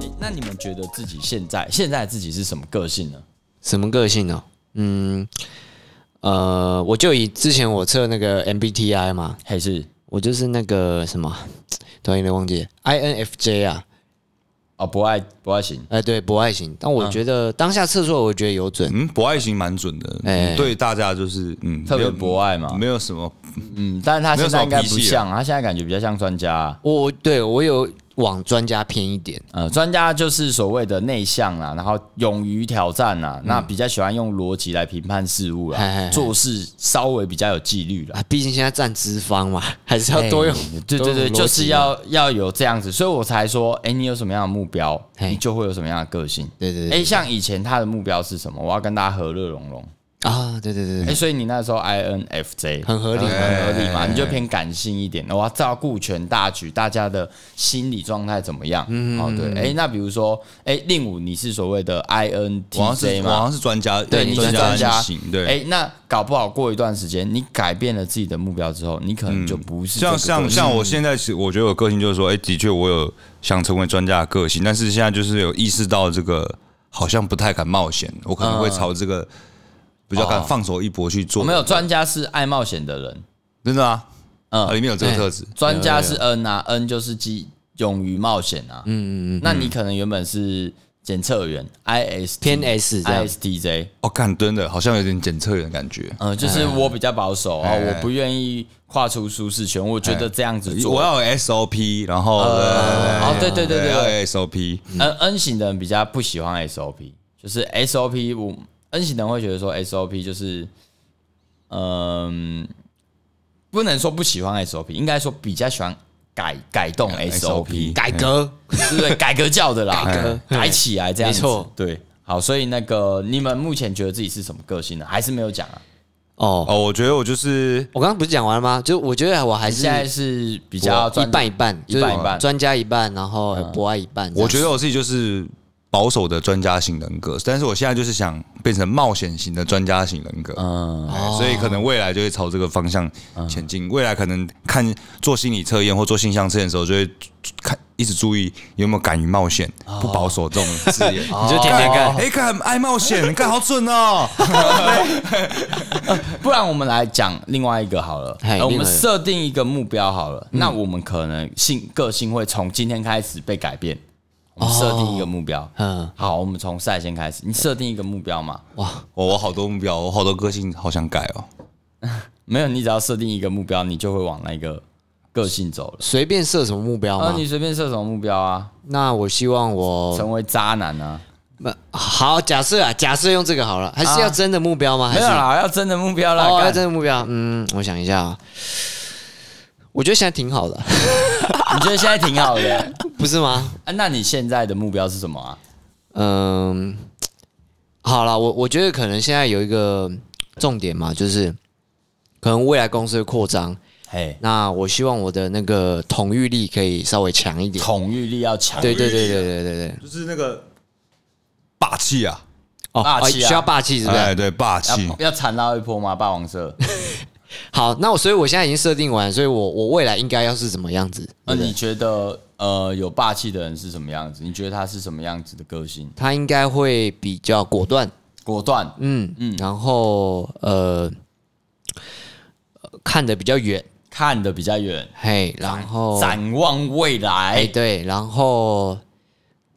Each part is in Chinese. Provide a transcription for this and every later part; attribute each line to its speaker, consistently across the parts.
Speaker 1: 诶那你们觉得自己现在现在自己是什么个性呢？
Speaker 2: 什么个性呢、嗯，呃，我就以之前我测那个 MBTI 嘛，
Speaker 1: 还是
Speaker 2: 我就是那个什么，突然有点忘记 INFJ 啊，
Speaker 1: 哦不爱不爱型？
Speaker 2: 哎、对，不爱型。但
Speaker 1: 嗯
Speaker 2: 我觉得当下测出来，我觉得有准。
Speaker 3: 嗯，博爱型蛮准的，
Speaker 2: 哎
Speaker 3: 对大家就是嗯，
Speaker 1: 特别
Speaker 3: 没有
Speaker 1: 博爱嘛
Speaker 3: 没有什么
Speaker 1: 嗯，但是他现在应该不
Speaker 3: 没有什么脾气啊
Speaker 1: 像，他现在感觉比较像专家啊、
Speaker 2: 我我对我有往专家偏一点，
Speaker 1: 呃，专家就是所谓的内向啊，然后勇于挑战啊，那比较喜欢用逻辑来评判事物
Speaker 2: 嗯嘿嘿
Speaker 1: 啦，
Speaker 2: 嘿
Speaker 1: 做事稍微比较有纪律啦。
Speaker 2: 啊，毕竟现在占资方嘛， 还是要多用。
Speaker 1: 哎对对对，
Speaker 2: 多用逻辑啊
Speaker 1: 就是要要有这样子，所以我才说，哎、你有什么样的目标，
Speaker 2: 嘿
Speaker 1: 你就会有什么样的个性。
Speaker 2: 对对
Speaker 1: 哎、
Speaker 2: 对
Speaker 1: 像以前他的目标是什么？我要跟大家和乐融融。
Speaker 2: 啊，对对对
Speaker 1: 哎、
Speaker 2: 对，
Speaker 1: 所以你那时候 INFJ
Speaker 2: 很合理
Speaker 1: 很合理嘛，
Speaker 3: 哎
Speaker 1: 你就偏感性一点，我要照顾全大局，大家的心理状态怎么样？哦，对，哎、那比如说，哎、令武你是所谓的
Speaker 3: 我好像
Speaker 1: INTJ
Speaker 3: 是我好
Speaker 1: 嘛？
Speaker 3: 像是专家，
Speaker 1: 对，你是专家
Speaker 3: 型，，
Speaker 1: 哎、
Speaker 3: 对。
Speaker 1: 那搞不好过一段时间，你改变了自己的目标之后，你可能就不是这
Speaker 3: 像
Speaker 1: 个
Speaker 3: 像
Speaker 1: 个性
Speaker 3: 像我现在，我觉得我个性就是说，哎，的确我有想成为专家的个性，但是现在就是有意识到这个好像不太敢冒险，我可能会朝这个比较敢放手一搏
Speaker 1: 嗯
Speaker 3: 去
Speaker 1: 哦我
Speaker 3: 做。
Speaker 1: 们有专家是爱冒险的人，
Speaker 3: 真的啊，
Speaker 1: 嗯
Speaker 3: 啊，里面有这个特质，
Speaker 1: 专家是 N 啊，N 就是基勇于冒险啊。嗯嗯嗯。那你可能原本是检测员 IS
Speaker 2: 偏 S 这
Speaker 1: 哎
Speaker 2: 样。
Speaker 1: ISTJ，
Speaker 3: 哦，干蹲的，好像有点检测员的感觉。
Speaker 1: 嗯，就是
Speaker 2: 哎
Speaker 1: 我比较保守啊，
Speaker 3: 哎
Speaker 1: 我不愿意跨出舒适圈，我
Speaker 2: 哎
Speaker 1: 觉得这样子
Speaker 3: 我
Speaker 1: 做。
Speaker 3: 要有 SOP，然后对
Speaker 1: 哦，对对对对
Speaker 2: 哎
Speaker 3: 对要
Speaker 1: 对
Speaker 3: 有 SOP，
Speaker 1: ，N N 型的人比较不喜欢 SOP，就是 SOP，我 N 型的人会觉得说 SOP 就是，嗯，不能说不喜欢 SOP，应该说比较喜欢改改动
Speaker 2: 哎
Speaker 1: SOP，
Speaker 2: 改革，
Speaker 1: 对对，改革教的啦，
Speaker 2: 哎 改革
Speaker 1: 哎 改起来这样子，
Speaker 2: 没错
Speaker 1: 对。好，所以那个你们目前觉得自己是什么个性呢？还是没有讲啊？
Speaker 2: 哦，
Speaker 3: 哦，我觉得我就是
Speaker 2: 我刚刚不是讲完了吗？就我觉得我还是
Speaker 1: 现在是比
Speaker 2: 比
Speaker 1: 较
Speaker 2: 一
Speaker 1: 专
Speaker 2: 半一半，就是
Speaker 1: 一半一嗯半
Speaker 2: 专家一半，然后博爱一半。
Speaker 3: 我觉
Speaker 2: 得
Speaker 3: 得我自己就是保守的专家型人格，但是我现在就是想变成冒险型的专家型人格，
Speaker 1: 嗯，
Speaker 3: 哎所以可能未来就会朝这个方向前进。未来可能看做心理测验或做性向测验的时候，就会看一直注意有没有敢于冒险、不保守这种字 眼。
Speaker 2: 你
Speaker 1: 哦
Speaker 2: 就天天看，
Speaker 3: 哎，看爱冒险，看好准哦！
Speaker 1: 不然我们来讲另外一个好了。
Speaker 2: 嗨
Speaker 1: 呃我
Speaker 2: 另
Speaker 1: 们
Speaker 2: 外一个嗯
Speaker 1: 设定一个目标好了，那我们可能性个性会从今天开始被改变。我们设定一个目标，
Speaker 2: 嗯，
Speaker 1: 好，我们从赛先开始。你设定一个目标嘛？
Speaker 3: 哦我我好多目标，我好多个性，好想改哦。
Speaker 1: 没有，你只要设定一个目标，你就会往那个个性走了。
Speaker 2: 随便设什么目标
Speaker 1: 啊，
Speaker 2: 嘛。
Speaker 1: 你随便设什么目标啊？
Speaker 2: 那我希望我
Speaker 1: 成为渣男啊？
Speaker 2: 好假设啊，假设用这个好了，还是要真的目标吗？还
Speaker 1: 没
Speaker 2: 是
Speaker 1: 有啦，要真的目标啦。
Speaker 2: 哦，要
Speaker 1: 干
Speaker 2: 真的目标？嗯，我想一下啊，我觉得现在挺好的，
Speaker 1: 你觉得现在挺好的
Speaker 2: 不是吗？
Speaker 1: 啊？那你现在的目标是什么啊？
Speaker 2: 嗯，好了，我我觉得可能现在有一个重点嘛，就是可能未来公司的扩张，
Speaker 1: 嘿，
Speaker 2: 那我希望我的那个统御力可以稍微强一点。
Speaker 1: 统御力啊要强。
Speaker 2: 对对对对对对对，
Speaker 3: 就是那个霸气啊！
Speaker 2: 哦，
Speaker 1: 霸气啊
Speaker 2: 需要霸气是不
Speaker 3: 哎，
Speaker 2: 是？
Speaker 3: 对，霸气
Speaker 1: 要。要缠绕一波吗？霸王色？
Speaker 2: 好，那我所以我现在已经设定完，所以我我未来应该要是怎么样子？
Speaker 1: 那啊你觉得呃有霸气的人是什么样子？你觉得他是什么样子的个性？
Speaker 2: 他应该会比较果断，
Speaker 1: 果断，
Speaker 2: 嗯嗯，然后呃呃看得比较远，
Speaker 1: 看得比较远，
Speaker 2: 嘿，然后
Speaker 1: 展望未
Speaker 2: 哦哎
Speaker 1: 来。
Speaker 2: 对，然后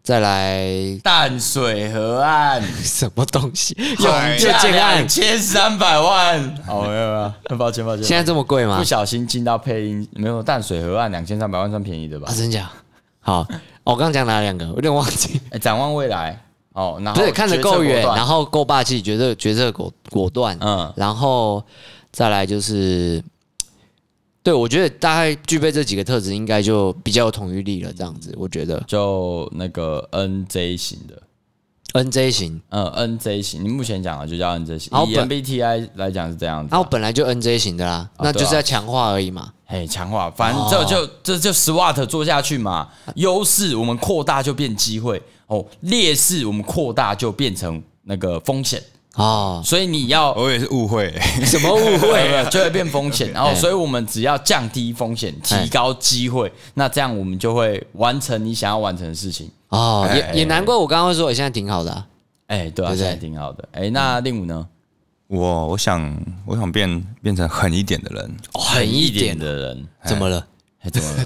Speaker 2: 再来
Speaker 1: 淡水河 岸，
Speaker 2: 什么 东西？
Speaker 1: 总
Speaker 2: 又
Speaker 1: 价
Speaker 2: 建案
Speaker 1: 两千三百 万。哦，没有没有，很抱歉抱歉。
Speaker 2: 现在这么贵吗
Speaker 1: 不？小心进到配音，没有淡水河岸两千三百万算便宜的吧
Speaker 2: 啊，？真假？好，哦我刚讲哪两个？我有点忘记。
Speaker 1: 哎展望未来哦，然后
Speaker 2: 不是看得够远，然
Speaker 1: 后
Speaker 2: 后够霸气，决策决策果果断，
Speaker 1: 嗯
Speaker 2: 嗯，然后再来就是，对我觉得大概具备这几个特质，应该就比较有统御力了。这样子，我觉得
Speaker 1: 就那个 NJ 型的，
Speaker 2: N J 型，
Speaker 1: 嗯，NJ 型，你目前讲的就叫 NJ 型
Speaker 2: 好，
Speaker 1: 以
Speaker 2: 本
Speaker 1: MBTI 来讲是这样子
Speaker 2: 那我
Speaker 1: 啊，
Speaker 2: 本来就 N J 型的啦，
Speaker 1: 啊
Speaker 2: 那就是
Speaker 1: 对啊
Speaker 2: 要强化而已嘛。
Speaker 1: 哎，强化，反正
Speaker 2: 哦
Speaker 1: 这就这就 SWOT 做下去嘛，优势我们扩大就变机会哦，劣势我们扩大就变成那个风险。
Speaker 2: 哦，
Speaker 1: 所以你要
Speaker 3: 我也是误会、
Speaker 2: 什么误会啊？
Speaker 1: 就会变风险。然后，所以我们只要降低风险，
Speaker 2: 哎
Speaker 1: 提高机会，那这样我们就会完成你想要完成的事情。
Speaker 2: 哦，也也难怪我刚刚会说我现在挺好的啊、
Speaker 1: 哎，对啊，
Speaker 2: 对嗯不
Speaker 1: 现
Speaker 2: 对
Speaker 1: 在挺好的。哎，那令武呢？
Speaker 3: 我我想我想变变成狠一点的人，
Speaker 2: 狠一点
Speaker 1: 的人，
Speaker 2: 怎么了？
Speaker 1: 哎，怎么 了？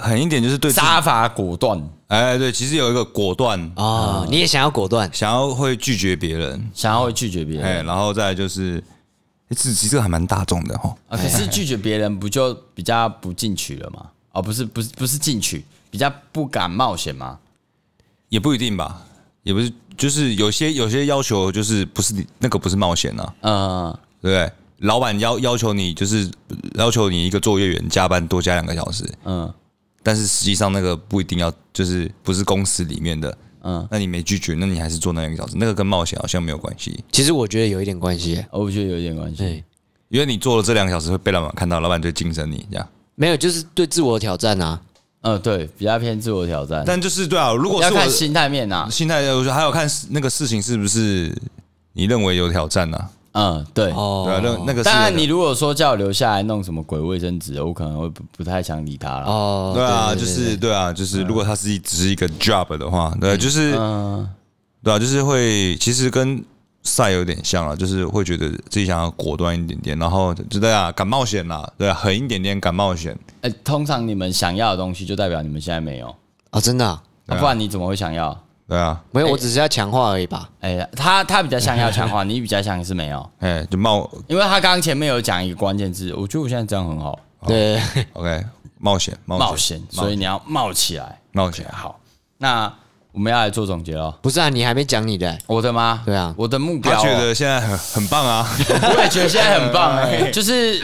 Speaker 3: 狠一点就是对自己
Speaker 1: 杀伐果断，
Speaker 3: 哎对，其实有一个果断，
Speaker 2: 哦，你也想要果断
Speaker 3: 想要会拒绝别人，
Speaker 1: 想要拒绝别
Speaker 3: 哎，
Speaker 1: 人
Speaker 3: 然后再来就是，哎这其实这个还蛮大众的哈。
Speaker 1: 啊，可是拒绝别人不就比较不进取了吗？哦，不是，不是，不是进取，比较不敢冒险吗？
Speaker 3: 也不一定吧，也不是，就是有些有些要求就是不是你那个不是冒险啊，
Speaker 1: 嗯，
Speaker 3: 对不对？老板要要求你就是要求你一个作业员加班多加两个小时，
Speaker 1: 嗯
Speaker 3: 嗯，但是实际上那个不一定要，就是不是公司里面的，嗯，那你没拒绝，那你还是做那两个小时，那个跟冒险好像没有关系，
Speaker 2: 其实我觉得有一点关系。
Speaker 1: 哦我觉得有点关系。
Speaker 2: 对，
Speaker 3: 因为你做了这两个小时会被老板看到，老板就会晋升你这样。
Speaker 2: 没有，就是对自我挑战啊。
Speaker 1: 嗯，对，比较偏自我挑战，
Speaker 3: 但就是对啊，如果
Speaker 1: 嗯要
Speaker 3: 是我
Speaker 1: 看心态面啊呐。
Speaker 3: 心态，我觉得还有看那个事情是不是你认为有挑战啊？
Speaker 1: 嗯，对。
Speaker 2: 哦，
Speaker 3: 对啊，那那个是
Speaker 1: 当然，
Speaker 3: 有
Speaker 1: 你如果说叫我留下来弄什么鬼卫生纸，我可能会不不太想理他了。
Speaker 2: 哦，
Speaker 3: 对啊，
Speaker 2: 对
Speaker 3: 就
Speaker 2: 对嗯
Speaker 3: 是对啊，就是如果它是一只是一个 job 的话，对，啊就是
Speaker 2: 嗯
Speaker 3: 对啊，就是会其实跟赛有点像啊，就是会觉得自己想要果断一点点，然后就对啊，敢冒险啦，对啊，狠一点点敢冒险，
Speaker 1: 哎、通常你们想要的东西，就代表你们现在没有，
Speaker 2: 哦，真的啊、
Speaker 1: 啊不然你怎么会想要？
Speaker 3: 对啊，
Speaker 2: 没有，我只是要强化而已吧。
Speaker 1: 哎、呀，他他比较像要 强化，你比较像是没有，
Speaker 3: 哎，就冒
Speaker 1: 因为他刚刚前面有讲一个关键字，我觉得我现在这样很好，
Speaker 3: 哦
Speaker 2: 对，
Speaker 3: OK 冒险
Speaker 1: 冒
Speaker 3: 冒
Speaker 1: 险
Speaker 3: 险，
Speaker 1: 所以你要冒起来。
Speaker 3: 冒险
Speaker 1: 好，那我们要来做总结了。
Speaker 2: 不是啊，你还没讲你的、
Speaker 1: 我的吗？
Speaker 2: 对啊
Speaker 1: 我的目
Speaker 3: 他
Speaker 1: 标、哦
Speaker 3: 觉得现在很很棒啊，
Speaker 1: 我也觉得现在很棒 哎、就是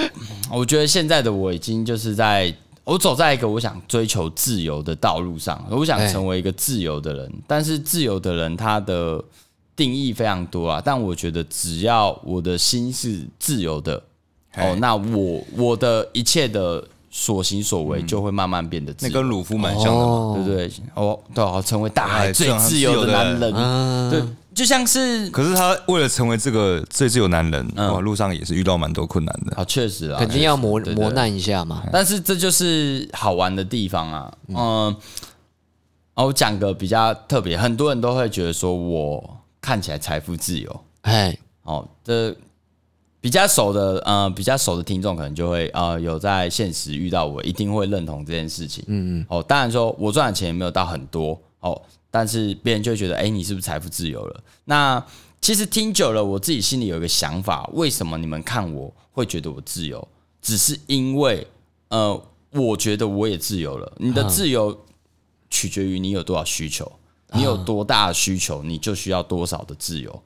Speaker 1: 我觉得现在的我已经就是在我走在一个我想追求自由的道路上，我想成为一个自由的人。但是自由的人他的定义非常多啊，但我觉得只要我的心是自由的，哦，那我我的一切的所行所
Speaker 3: 嗯
Speaker 1: 为就会慢慢变得自
Speaker 3: 那
Speaker 1: 由。
Speaker 3: 跟鲁夫蛮像的嘛，
Speaker 1: 对不对？哦，对哦，成为大海
Speaker 3: 哎
Speaker 1: 最
Speaker 3: 这样
Speaker 1: 自由的
Speaker 3: 自由的
Speaker 1: 男
Speaker 3: 人
Speaker 1: 人，对，就像是
Speaker 3: 可是他为了成为这个最自由男人，
Speaker 2: 嗯
Speaker 3: 哇，路上也是遇到蛮多困难的，
Speaker 1: 啊，确实啊，
Speaker 2: 肯定要磨
Speaker 1: 对对
Speaker 2: 磨难一下嘛。
Speaker 1: 但是这就是好玩的地方啊。嗯，哦，我讲个比较特别，很多人都会觉得说我看起来财富自由
Speaker 2: 哎，
Speaker 1: 哦，这比较熟的呃比较熟的听众可能就会呃有在现实遇到我，一定会认同这件事情。嗯嗯，哦，当然说我赚的钱也没有到很多哦，但是别人就会觉得，哎、你是不是财富自由了？那其实听久了，我自己心里有一个想法，为什么你们看我会觉得我自由？只是因为呃，我觉得我也自由了。你的自由取决于你有多少需求，你有多大的需求，你就需要多少的自由。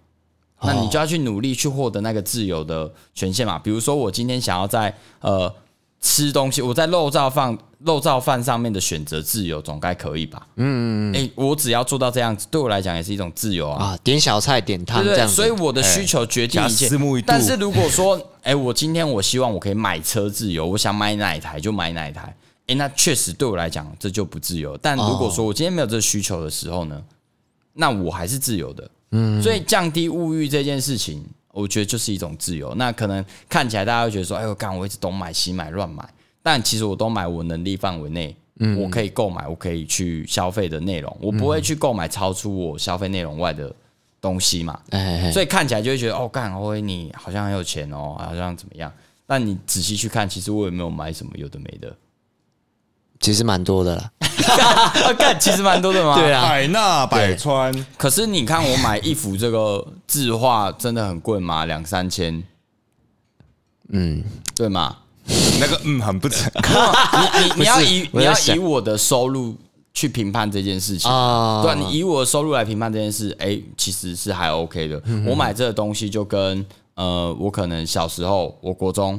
Speaker 1: 那你就要去努力去获得那个自由的权限嘛。比如说，我今天想要在呃吃东西，我在肉燥饭肉燥饭上面的选择自由，总该可以吧？嗯，哎、我只要做到这样子，对我来讲也是一种自由啊。
Speaker 2: 啊，点小菜点汤
Speaker 1: 对不
Speaker 2: 这
Speaker 1: 对？
Speaker 2: 样子，
Speaker 1: 所以我的需求决定一切。
Speaker 3: 哎瑕疵目一度
Speaker 1: 但是如果说， 哎、我今天我希望我可以买车自由，我想买哪一台就买哪一台，哎、那确实对我来讲这就不自由。但如果说我今天没有这个需求的时候呢，那我还是自由的。嗯，所以降低物欲这件事情，我觉得就是一种自由。那可能看起来大家会觉得说，哎呦，干我一直东买西买乱买，但其实我都买我能力范围内。
Speaker 3: 嗯
Speaker 1: 我可以购买，我可以去消费的内容，我不会去购买超出我消费内容外的东西嘛。
Speaker 2: 哎哎
Speaker 1: 所以看起来就会觉得哦，干欧威你好像很有钱哦，好像怎么样？但你仔细去看，其实我也没有买什么有的没的。
Speaker 2: 其实蛮多的啦。
Speaker 1: 啊，干其实蛮多的嘛。
Speaker 2: 对
Speaker 1: 啊。
Speaker 2: 啊，
Speaker 3: 海纳百川，
Speaker 1: 可是你看我买一幅这个字画真的很贵嘛，两三千。嗯，
Speaker 2: 嗯
Speaker 1: 对嘛？
Speaker 3: 那个嗯很不成，
Speaker 1: 你你要以你
Speaker 2: 我在
Speaker 1: 要
Speaker 2: 想
Speaker 1: 以我的收入去评判这件事情
Speaker 2: 啊
Speaker 1: 对啊，你以我的收入来评判这件事，哎、其实是还 OK 的。
Speaker 2: 嗯
Speaker 1: 我买这个东西就跟呃，我可能小时候，我国中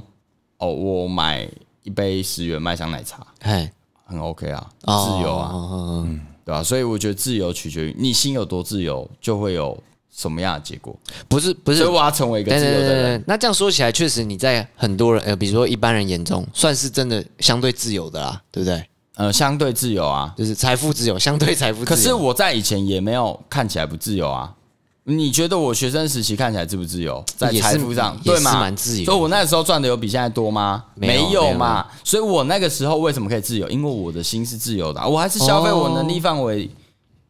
Speaker 1: 哦，我买一杯十元麦香奶茶，
Speaker 2: 哎，
Speaker 1: 很 OK 啊，
Speaker 2: 哦
Speaker 1: 自由啊，
Speaker 2: 哦哦哦
Speaker 1: 对啊吧、所以我觉得自由取决于你心有多自由，就会有什么样的结果。
Speaker 2: 不是不是
Speaker 1: 所以，我要成为一个
Speaker 2: 对
Speaker 1: 自
Speaker 2: 对
Speaker 1: 由的
Speaker 2: 对
Speaker 1: 人。
Speaker 2: 对，那这样说起来，确实你在很多人呃，比如说一般人眼中，算是真的相对自由的啦，对不对？
Speaker 1: 呃，相对自由啊，
Speaker 2: 就是财富自由，相对财富自
Speaker 1: 可
Speaker 2: 由。
Speaker 1: 是我在以前也没有看起来不自由啊，你觉得我学生时期看起来自不自由？在
Speaker 2: 也是
Speaker 1: 财富上，
Speaker 2: 也
Speaker 1: 对
Speaker 2: 是
Speaker 1: 吗？
Speaker 2: 蛮自由
Speaker 1: 所以我那时候赚的有比现在多吗？
Speaker 2: 没有
Speaker 1: 有
Speaker 2: 没有
Speaker 1: 嘛。所以我那个时候为什么可以自由？因为我的心是自由的啊、我还是消费
Speaker 2: 哦
Speaker 1: 我能力范围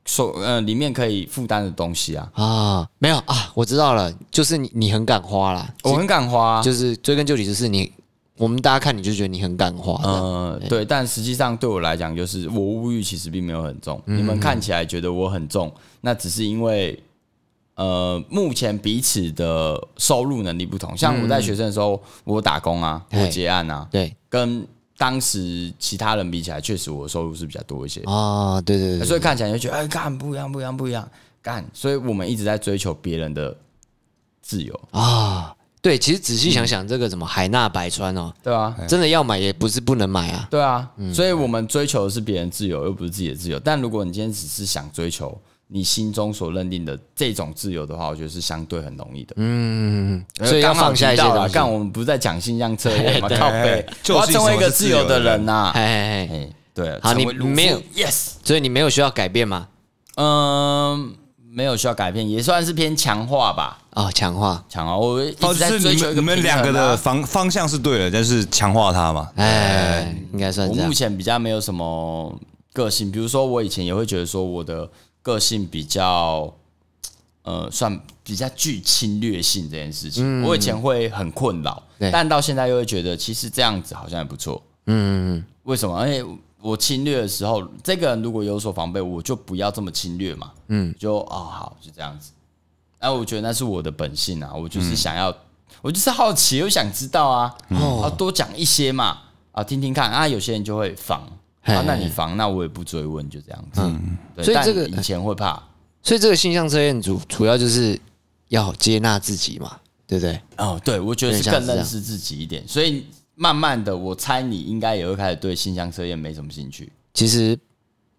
Speaker 1: 所呃里面可以负担的东西啊。
Speaker 2: 啊，没有啊，我知道了，就是你你很敢花啦，
Speaker 1: 我很敢花、啊，
Speaker 2: 就是追根究底，就是你，我们大家看你就觉得你很敢花这样
Speaker 1: 呃，对，但实际上对我来讲，就是我物欲其实并没有很重。
Speaker 2: 嗯
Speaker 1: 你们看起来觉得我很重，那只是因为呃，目前彼此的收入能力不同。像我在学生的时候，我打工啊，
Speaker 2: 嗯嘿
Speaker 1: 我结案啊，
Speaker 2: 对
Speaker 1: 跟当时其他人比起来，确实我的收入是比较多一些，
Speaker 2: 啊，对对对
Speaker 1: 所
Speaker 2: 对，
Speaker 1: 以看起来就觉得哎，干不一样，不一样，不一样，干。所以我们一直在追求别人的自由，
Speaker 2: 啊，对，其实仔细
Speaker 1: 嗯
Speaker 2: 想想，这个什么海纳百川哦，
Speaker 1: 对吧、啊？
Speaker 2: 真的要买也不是不能买啊，
Speaker 1: 对啊，所以我们追求的是别人自由，又不是自己的自由。但如果你今天只是想追求你心中所认定的这种自由的话，我觉得是相对很容易的。
Speaker 2: 嗯，所以要放下一些
Speaker 1: 呃刚好提到
Speaker 2: 东西。
Speaker 1: 啦干，我们不是在讲性向测验吗？
Speaker 2: 对
Speaker 1: 靠背，
Speaker 3: 就
Speaker 1: 我
Speaker 3: 是
Speaker 1: 要成为一个自由的人呐、
Speaker 2: 哎哎哎，
Speaker 1: 哎，对，
Speaker 2: 好
Speaker 1: 成为
Speaker 2: 你
Speaker 1: 鲁夫
Speaker 2: 没有
Speaker 1: ，yes，
Speaker 2: 所以你没有需要改变吗？
Speaker 1: 嗯，没有需要改变，也算是偏强化吧。
Speaker 2: 哦，强化，
Speaker 1: 强化，我一直
Speaker 3: 哦，就
Speaker 1: 在
Speaker 3: 是
Speaker 1: 追
Speaker 3: 你
Speaker 1: 求一
Speaker 3: 们
Speaker 1: 个
Speaker 3: 你们两个
Speaker 1: 平衡啊
Speaker 3: 的方方向是对的，但是强化它嘛。
Speaker 2: 哎，应该算
Speaker 1: 我
Speaker 2: 这样
Speaker 1: 目。前比较没有什么个性，比如说我以前也会觉得说我的个性比较，呃，算比较具侵略性这件事情，我以前会很困扰，
Speaker 2: 嗯对
Speaker 1: 但到现在又会觉得其实这样子好像也不错。
Speaker 2: 嗯，
Speaker 1: 为什么？而且我侵略的时候，这个人如果有所防备，我就不要这么侵略嘛。嗯，就哦好，就这样子。哎，我觉得那是我的本性啊，我就是想要，我就是好奇，我想知道啊，
Speaker 2: 嗯
Speaker 1: 啊多讲一些嘛，啊听听看啊，有些人就会防。
Speaker 2: 嘿嗯
Speaker 1: 啊，那你防，那我也不追问，就这样子。对，
Speaker 2: 所以这个
Speaker 1: 但以前会怕，
Speaker 2: 所以这个性向测验主主要就是要接纳自己嘛，对不对？
Speaker 1: 哦，对，我觉得
Speaker 2: 有点
Speaker 1: 是
Speaker 2: 像
Speaker 1: 更
Speaker 2: 是这样
Speaker 1: 认识自己一点，所以慢慢的，我猜你应该也会开始对性向测验没什么兴趣，
Speaker 2: 其实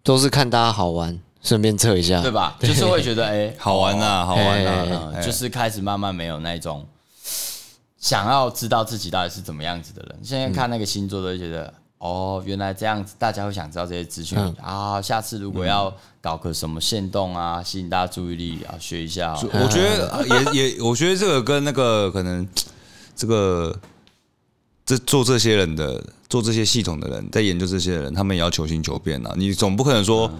Speaker 2: 都是看大家好玩，顺便测一下，
Speaker 1: 对？吧？就是会觉得，哎，
Speaker 3: 好玩
Speaker 1: 啊。
Speaker 3: 呐、好玩呐、
Speaker 1: 呃
Speaker 3: 哎
Speaker 1: 就是开始慢慢没有那种想要知道自己到底是怎么样子的人。现在看那个星座都会觉得，
Speaker 3: 嗯
Speaker 1: 哦，原来这样子，大家会想知道这些资讯
Speaker 2: 嗯
Speaker 1: 啊。下次如果要搞个什么限动啊，吸引大家注意力啊，学一下哦。
Speaker 3: 我觉得呃也 也，我觉得这个跟那个可能这个这做这些人的做这些系统的人，在研究这些人，他们也要求新求变啊。你总不可能说，
Speaker 1: 嗯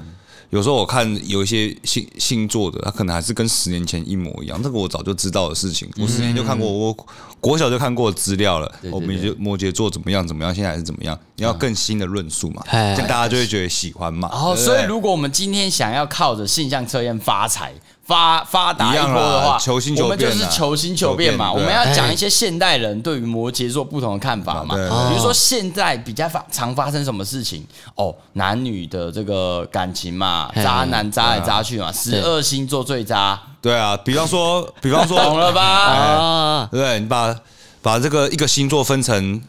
Speaker 3: 有时候我看有一些星星座的，他可能还是跟十年前一模一样。这个我早就知道的事情，我十年就看过，我国小就看过资料了。
Speaker 1: 嗯对嗯
Speaker 3: 我们就摩羯座怎么样怎么样，现在还是怎么样？你要更新的论述嘛，这
Speaker 2: 哎
Speaker 3: 样大家就会觉得喜欢嘛。
Speaker 1: 哦，
Speaker 3: 对不对
Speaker 1: 所以如果我们今天想要靠着性向测验发财、发发达
Speaker 3: 一
Speaker 1: 一波
Speaker 3: 样啦
Speaker 1: 的话，
Speaker 3: 求新求
Speaker 1: 我们就是
Speaker 3: 变啊
Speaker 1: 求新求变嘛。
Speaker 3: 求
Speaker 1: 我
Speaker 3: 变
Speaker 1: 们
Speaker 3: 对
Speaker 1: 要
Speaker 3: 啊
Speaker 1: 讲一些现代人对于摩羯座不同的看法嘛。
Speaker 3: 对
Speaker 1: 比如说现在比较发常发生什么事情哦，男女的这个感情嘛，
Speaker 2: 哎
Speaker 1: 渣男渣来渣去嘛，十二星座最渣，
Speaker 3: 对啊，比方说，比方说，
Speaker 1: 懂了吧？
Speaker 2: 啊，
Speaker 1: 哎
Speaker 3: 对不对？你把把这个一个星座分成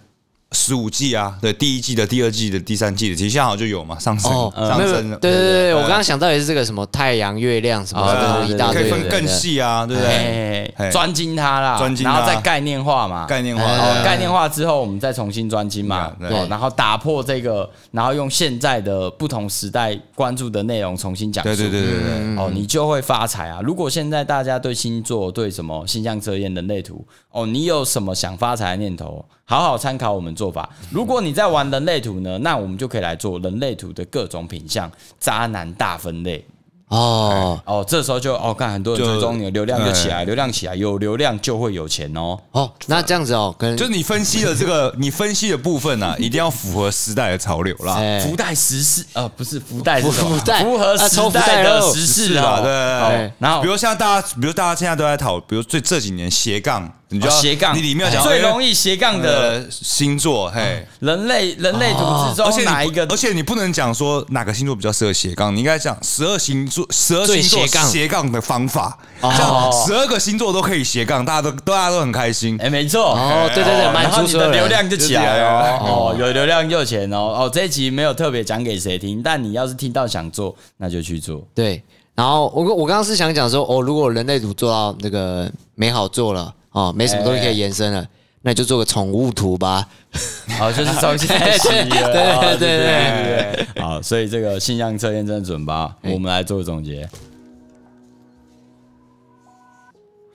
Speaker 3: 十五季啊，对，第一季的、第二季的、第三季的，其实现在好像就有嘛，上升、
Speaker 2: 哦，
Speaker 3: 上
Speaker 2: 没有
Speaker 3: 升了，
Speaker 2: 对对对，我刚刚想到也是这个什么太阳、月亮什么
Speaker 1: 哦
Speaker 2: 的
Speaker 1: 哎对对
Speaker 2: 一大
Speaker 3: 可
Speaker 2: 堆的，
Speaker 3: 以分更细啊，对不对？
Speaker 1: 哎
Speaker 3: 哎
Speaker 1: 专精它啦，
Speaker 3: 专精它
Speaker 1: 然后再概念化嘛，
Speaker 3: 概念化，
Speaker 1: 哦，
Speaker 3: 对啊
Speaker 1: 概念化之后，我们再重新专精嘛，
Speaker 3: 对
Speaker 1: 哦，然后打破这个，然后用现在的不同时代关注的内容重新讲述。
Speaker 3: 对对对嗯对对对，
Speaker 1: 哦，你就会发财啊！如果现在大家对星座、对什么星象测验、人类图，哦，你有什么想发财的念头，好好参考我们做法。如果你在玩人类图呢，那我们就可以来做人类图的各种品相、渣男大分类。
Speaker 2: 哦
Speaker 1: 哦，这时候就哦，看很多人
Speaker 3: 就
Speaker 1: 追踪你，流量就起来，流量起来，有流量就会有钱哦。
Speaker 2: 哦，那这样子哦，跟
Speaker 3: 就是你分析的这个，你分析的部分啊，一定要符合时代的潮流啦。
Speaker 2: 哎
Speaker 1: 福袋时事，呃，不是福袋是
Speaker 2: 福
Speaker 1: 什么，
Speaker 2: 福袋
Speaker 1: 符合
Speaker 2: 啊
Speaker 1: 时
Speaker 2: 抽福袋
Speaker 1: 代的
Speaker 2: 喽
Speaker 1: 时
Speaker 3: 是
Speaker 1: 事
Speaker 3: 啊，
Speaker 1: 哦。
Speaker 3: 对对对
Speaker 1: 哦
Speaker 3: 对，
Speaker 1: 然后
Speaker 3: 比如像大家，比如大家现在都在讨，比如最这几年斜杠，你就
Speaker 1: 哦
Speaker 3: 要
Speaker 1: 斜杠，
Speaker 3: 你里面要讲
Speaker 1: 最
Speaker 3: 哎
Speaker 1: 容易斜杠的
Speaker 3: 呃星座，嘿，
Speaker 1: 人类人类图之
Speaker 3: 而
Speaker 1: 中
Speaker 3: 且你不
Speaker 1: 哪一个
Speaker 3: 而且你不能讲说哪个星座比较适合斜杠，你应该讲十二星座，十二星座
Speaker 2: 最斜杠
Speaker 3: 斜杠的方法，这
Speaker 1: 哦
Speaker 3: 样十二个星座都可以斜杠，大家都大家都很开心。
Speaker 1: 哎，没错，
Speaker 2: 哦对对对
Speaker 1: 哦
Speaker 2: 满足
Speaker 1: 然后你
Speaker 2: 所有
Speaker 1: 的
Speaker 2: 人
Speaker 1: 流量就起来
Speaker 3: 就起来
Speaker 1: 哦，哦，有流量就有钱哦，哦，这一集没有特别讲给谁听，但你要是听到想做，那就去做，
Speaker 2: 对，然后我我刚刚是想讲说，哦，如果人类图做到那个美好做了，哦，没什么东西可以延伸了，那你就做个宠物图吧。
Speaker 1: 好，哦就是重新学习
Speaker 2: 对
Speaker 1: 了，
Speaker 2: 对
Speaker 1: 哦
Speaker 2: 对对哎
Speaker 1: 对对对，好，所以这个性向测验真的准吧？我们来做个总结。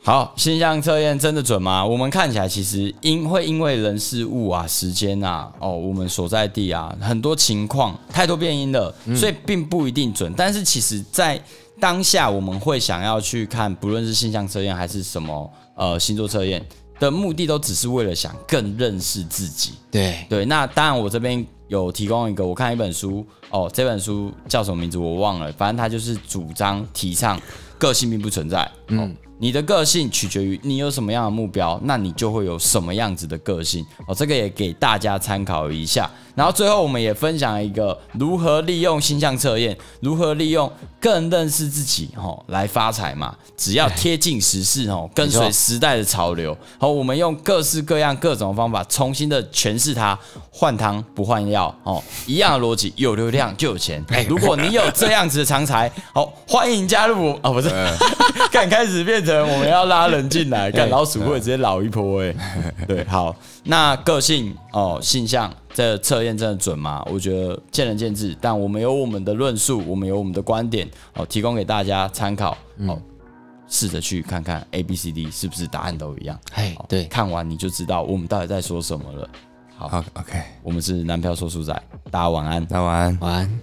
Speaker 1: 好，性向测验真的准吗？我们看起来其实因会因为人事物啊、时间啊、哦，我们所在地啊，很多情况太多变因了，
Speaker 2: 嗯
Speaker 1: 所以并不一定准。但是其实，在当下我们会想要去看，不论是性向测验还是什么呃星座测验的目的，都只是为了想更认识自己。
Speaker 2: 对，
Speaker 1: 对，那当然我这边有提供一个，我看一本书哦，这本书叫什么名字我忘了，反正它就是主张提倡个性并不存在。嗯、你的个性取决于你有什么样的目标，那你就会有什么样子的个性哦。这个也给大家参考一下。然后最后我们也分享一个如何利用星象测验，如何利用更认识自己哦来发财嘛。只要贴近时事哦，跟随
Speaker 2: 没错
Speaker 1: 时代的潮流。好，我们用各式各样、各种方法重新的诠释它，换汤不换药哦，一样的逻辑，有流量就有钱。如果你有这样子的常才，好，欢迎加入我哦，不是， 敢开始变成我们要拉人进来，干老鼠会直接老一波哎、对，好，那个性哦，性向这测验真的准吗？我觉得见仁见智，但我们有我们的论述，我们有我们的观点哦，提供给大家参考哦。试着去看看 A、B、C、D 是不是答案都一样。
Speaker 2: 哎
Speaker 1: 好，
Speaker 2: 对，
Speaker 1: 看完你就知道我们到底在说什么了。
Speaker 3: 好，OK，
Speaker 1: 我们是男票说书仔，大家晚安。
Speaker 3: 那晚安。
Speaker 2: 晚安。